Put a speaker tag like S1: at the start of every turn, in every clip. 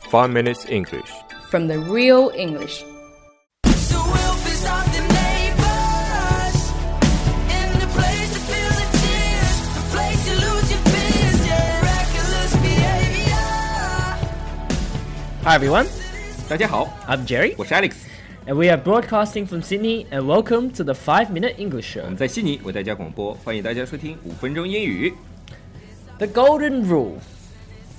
S1: 5 Minutes English.
S2: from the real English.
S3: So we'll be something neighbors In the place to feel the tears, the place to lose your fears, yeah, reckless behavior.
S4: Hi everyone,
S5: 大家好，
S4: I'm Jerry,
S5: 我是 Alex，
S4: and we are broadcasting from Sydney. And welcome to the Five Minute English
S5: 我
S4: Show.
S5: 们在悉尼为大家广播，欢迎大家收听五分钟英语。
S4: The Golden Rule.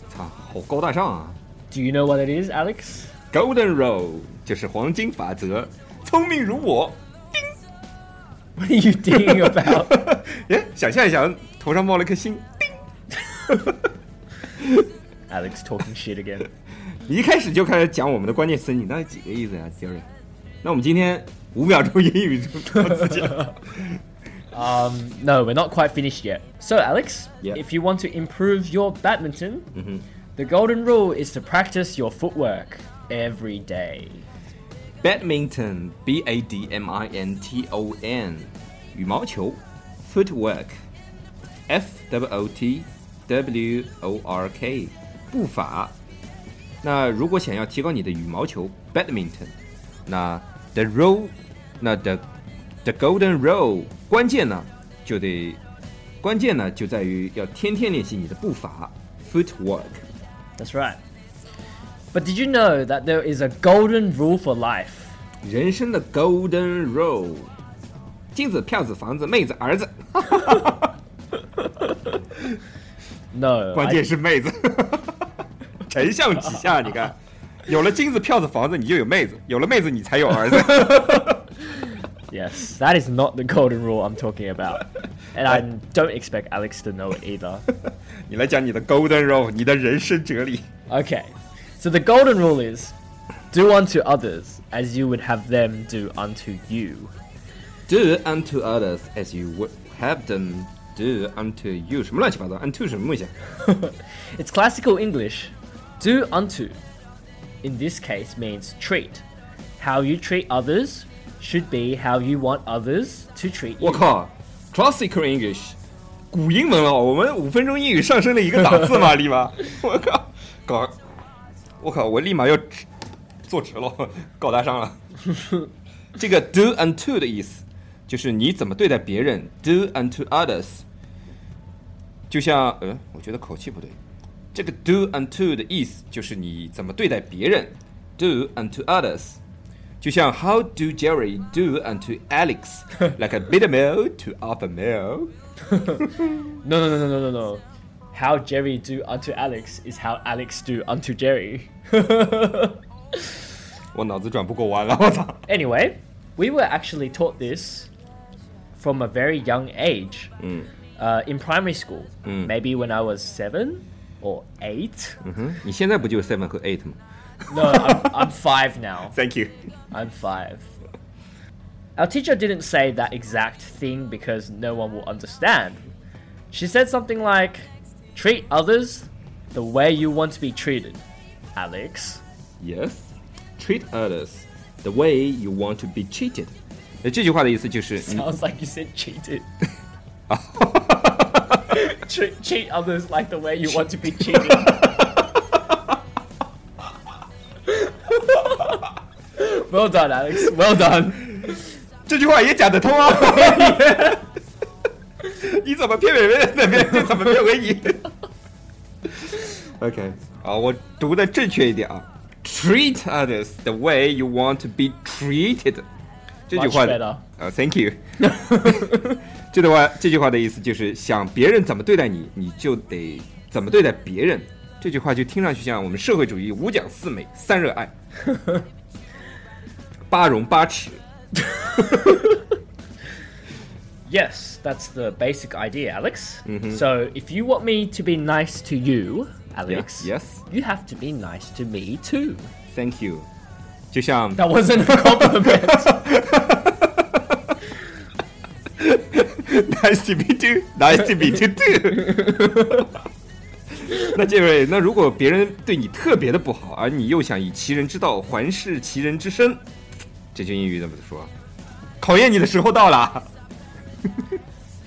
S5: 操，好高大上啊
S4: Do you know what it is, Alex?
S5: ！Golden Rule 就是黄金法则，聪明如我。
S4: What are you thinking about?
S5: 哎，想象一下，头上冒了颗星，
S4: Alex talking shit again.
S5: 你一开始就开始讲我们的关键词，你到底几个意思呀、杰瑞？那我们今天五秒钟英语就到此结束
S4: Um, no, we're not quite finished yet. So, Alex,
S5: Yeah.
S4: if you want to improve your badminton, the golden rule is to practice your footwork every day.
S5: Badminton, B A D M I N T O N，羽毛球；footwork, F W O T W O R K，步伐。那如果想要提高你的羽毛球 （badminton），那 the rule，那 the the golden rule，关键呢就得，关键呢就在于要天天练习你的步伐 （footwork）。
S4: That's right. But did you know that there is a golden rule for life?
S5: 人生的 golden rule，金子、票子、房子、妹子、儿子，
S4: No.
S5: 关
S4: I-
S5: 键是妹子， 丞相几下，你看，有了金子、票子、房子，你就有妹子；有了妹子，你才有儿子。
S4: Yes, that is not the golden rule I'm talking about. And I don't expect Alex to know it either.
S5: 你来讲你的 golden rule，你的人生哲理。
S4: Okay, so the golden rule is do unto others as you would have them do unto you.
S5: Do unto others as you would have them do unto you，什么乱七八糟？unto 什么东西？
S4: It's classical English. Do unto, in this case, means treat. How you treat others should be how you want others to treat
S5: 我
S4: you.
S5: 靠，classical English，古英文啊！我们五分钟英语上升了一个档次 嘛，立马！我靠，搞，我靠，我立马要直坐直了，高大上 了。这个 do unto 的意思就是你怎么对待别人，do unto others。就像，呃，我觉得口气不对。这个 do unto 的意思就是你怎么对待别人，do unto others。就像 How do Jerry do unto Alex like a bitter male to alpha male？
S4: No, no, no, no, no, no, no. How Jerry do unto Alex is how Alex do unto Jerry.
S5: 我脑子转不过弯了，我 操！
S4: Anyway, we were actually taught this from a very young age. Uh, in primary school, maybe when I was seven or 8
S5: 你现在不就是 seven 和 eight 吗
S4: No, I'm, I'm five now.
S5: ？Thank you。
S4: I'm five. Our teacher didn't say that exact thing because no one will understand. She said something like, treat others the way you want to be treated, Alex.
S5: Yes, treat others the way you want to be treated。那这句话的意思就是你
S4: Sounds like you said cheated. treat, cheat others like the way you want to be cheated. well done, Alex. Well done.
S5: 这句话也讲得通啊。 你怎么骗美美那边就怎么骗回你。OK，啊，我读的正确一点啊。Treat others the way you want to be treated。这句话
S4: Much better.
S5: 啊，Thank you。这句话这句话的意思就是想别人怎么对待你，你就得怎么对待别人。这句话就听上去像我们社会主义五讲四美三热爱，八荣八耻。
S4: Yes, that's the basic idea, Alex. So if you want me to be nice to you, Alex,
S5: yes.
S4: you have to be nice to me too.
S5: Thank you，就像
S4: That wasn't a compliment.
S5: Nice to meet you，Nice to meet you too 。那杰瑞，那如果别人对你特别的不好，而你又想以其人之道还治其人之身，这句英语怎么说？考验你的时候到了。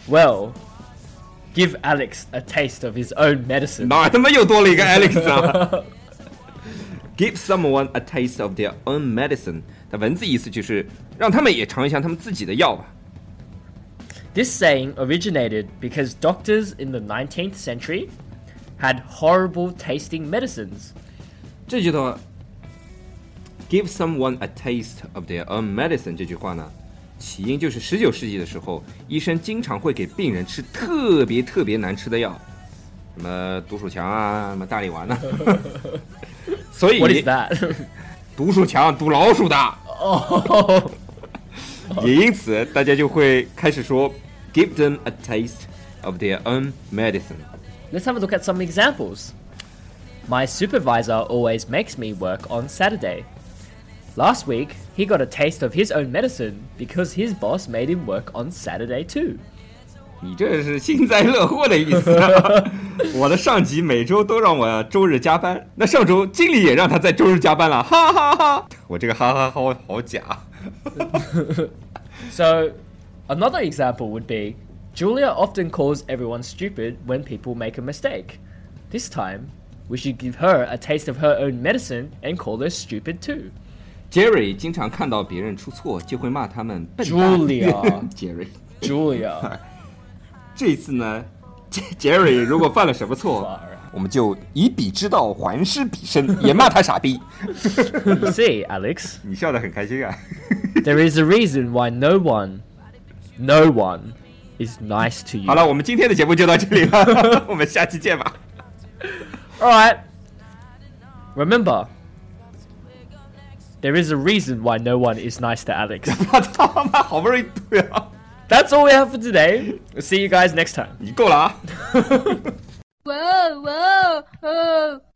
S4: well, give Alex a taste of his own medicine.
S5: 哪儿他妈又多了一个 Alex 啊 Give someone a taste of their own medicine。它文字意思就是让他们也尝一下他们自己的药吧。
S4: This saying originated because doctors in the 19th century had horrible tasting medicines.
S5: 这句的话，give someone a taste of their own medicine 这句话呢，起因就是十九世纪的时候，医生经常会给病人吃特别特别难吃的药，什么毒鼠强啊， 什么大力丸呐、所
S4: What is
S5: 以
S4: that?
S5: 毒鼠强毒老鼠的，
S4: oh,
S5: 也因此大家就会开始说 give them a taste of their own medicine。
S4: let's have a look at some examples. My supervisor always makes me work on Saturday. Last week, he got a taste of his own medicine because his boss made him work on Saturday too.
S5: 你这是幸灾乐祸的意思、啊 我的上级每周都让我周日加班，那上周经理也让他在周日加班了，哈哈哈我这个哈哈好好假。
S4: So, another example would be Julia often calls everyone stupid when people make a mistake. This time, we should give her a taste of her own medicine and call her stupid too.
S5: Jerry 经常看到别人出错，就会骂他们笨蛋。
S4: Julia
S5: Jerry，
S4: Julia.
S5: 这次呢，J-，Jerry 如果犯了什么错，我们就以彼之道还施彼身，也骂他傻逼。
S4: You see, Alex,
S5: 你笑得很开心啊。
S4: there is a reason why no one, no one is nice to you.
S5: 好了，我们今天的节目就到这里了， 我们下期见吧。
S4: Alright. Remember, there is a reason why no one is nice to Alex.
S5: 我操他妈，好不容易对啊，
S4: That's all we have for today. We'll see you guys next time.
S5: 你够了啊。
S1: Whoa, whoa, oh. whoa.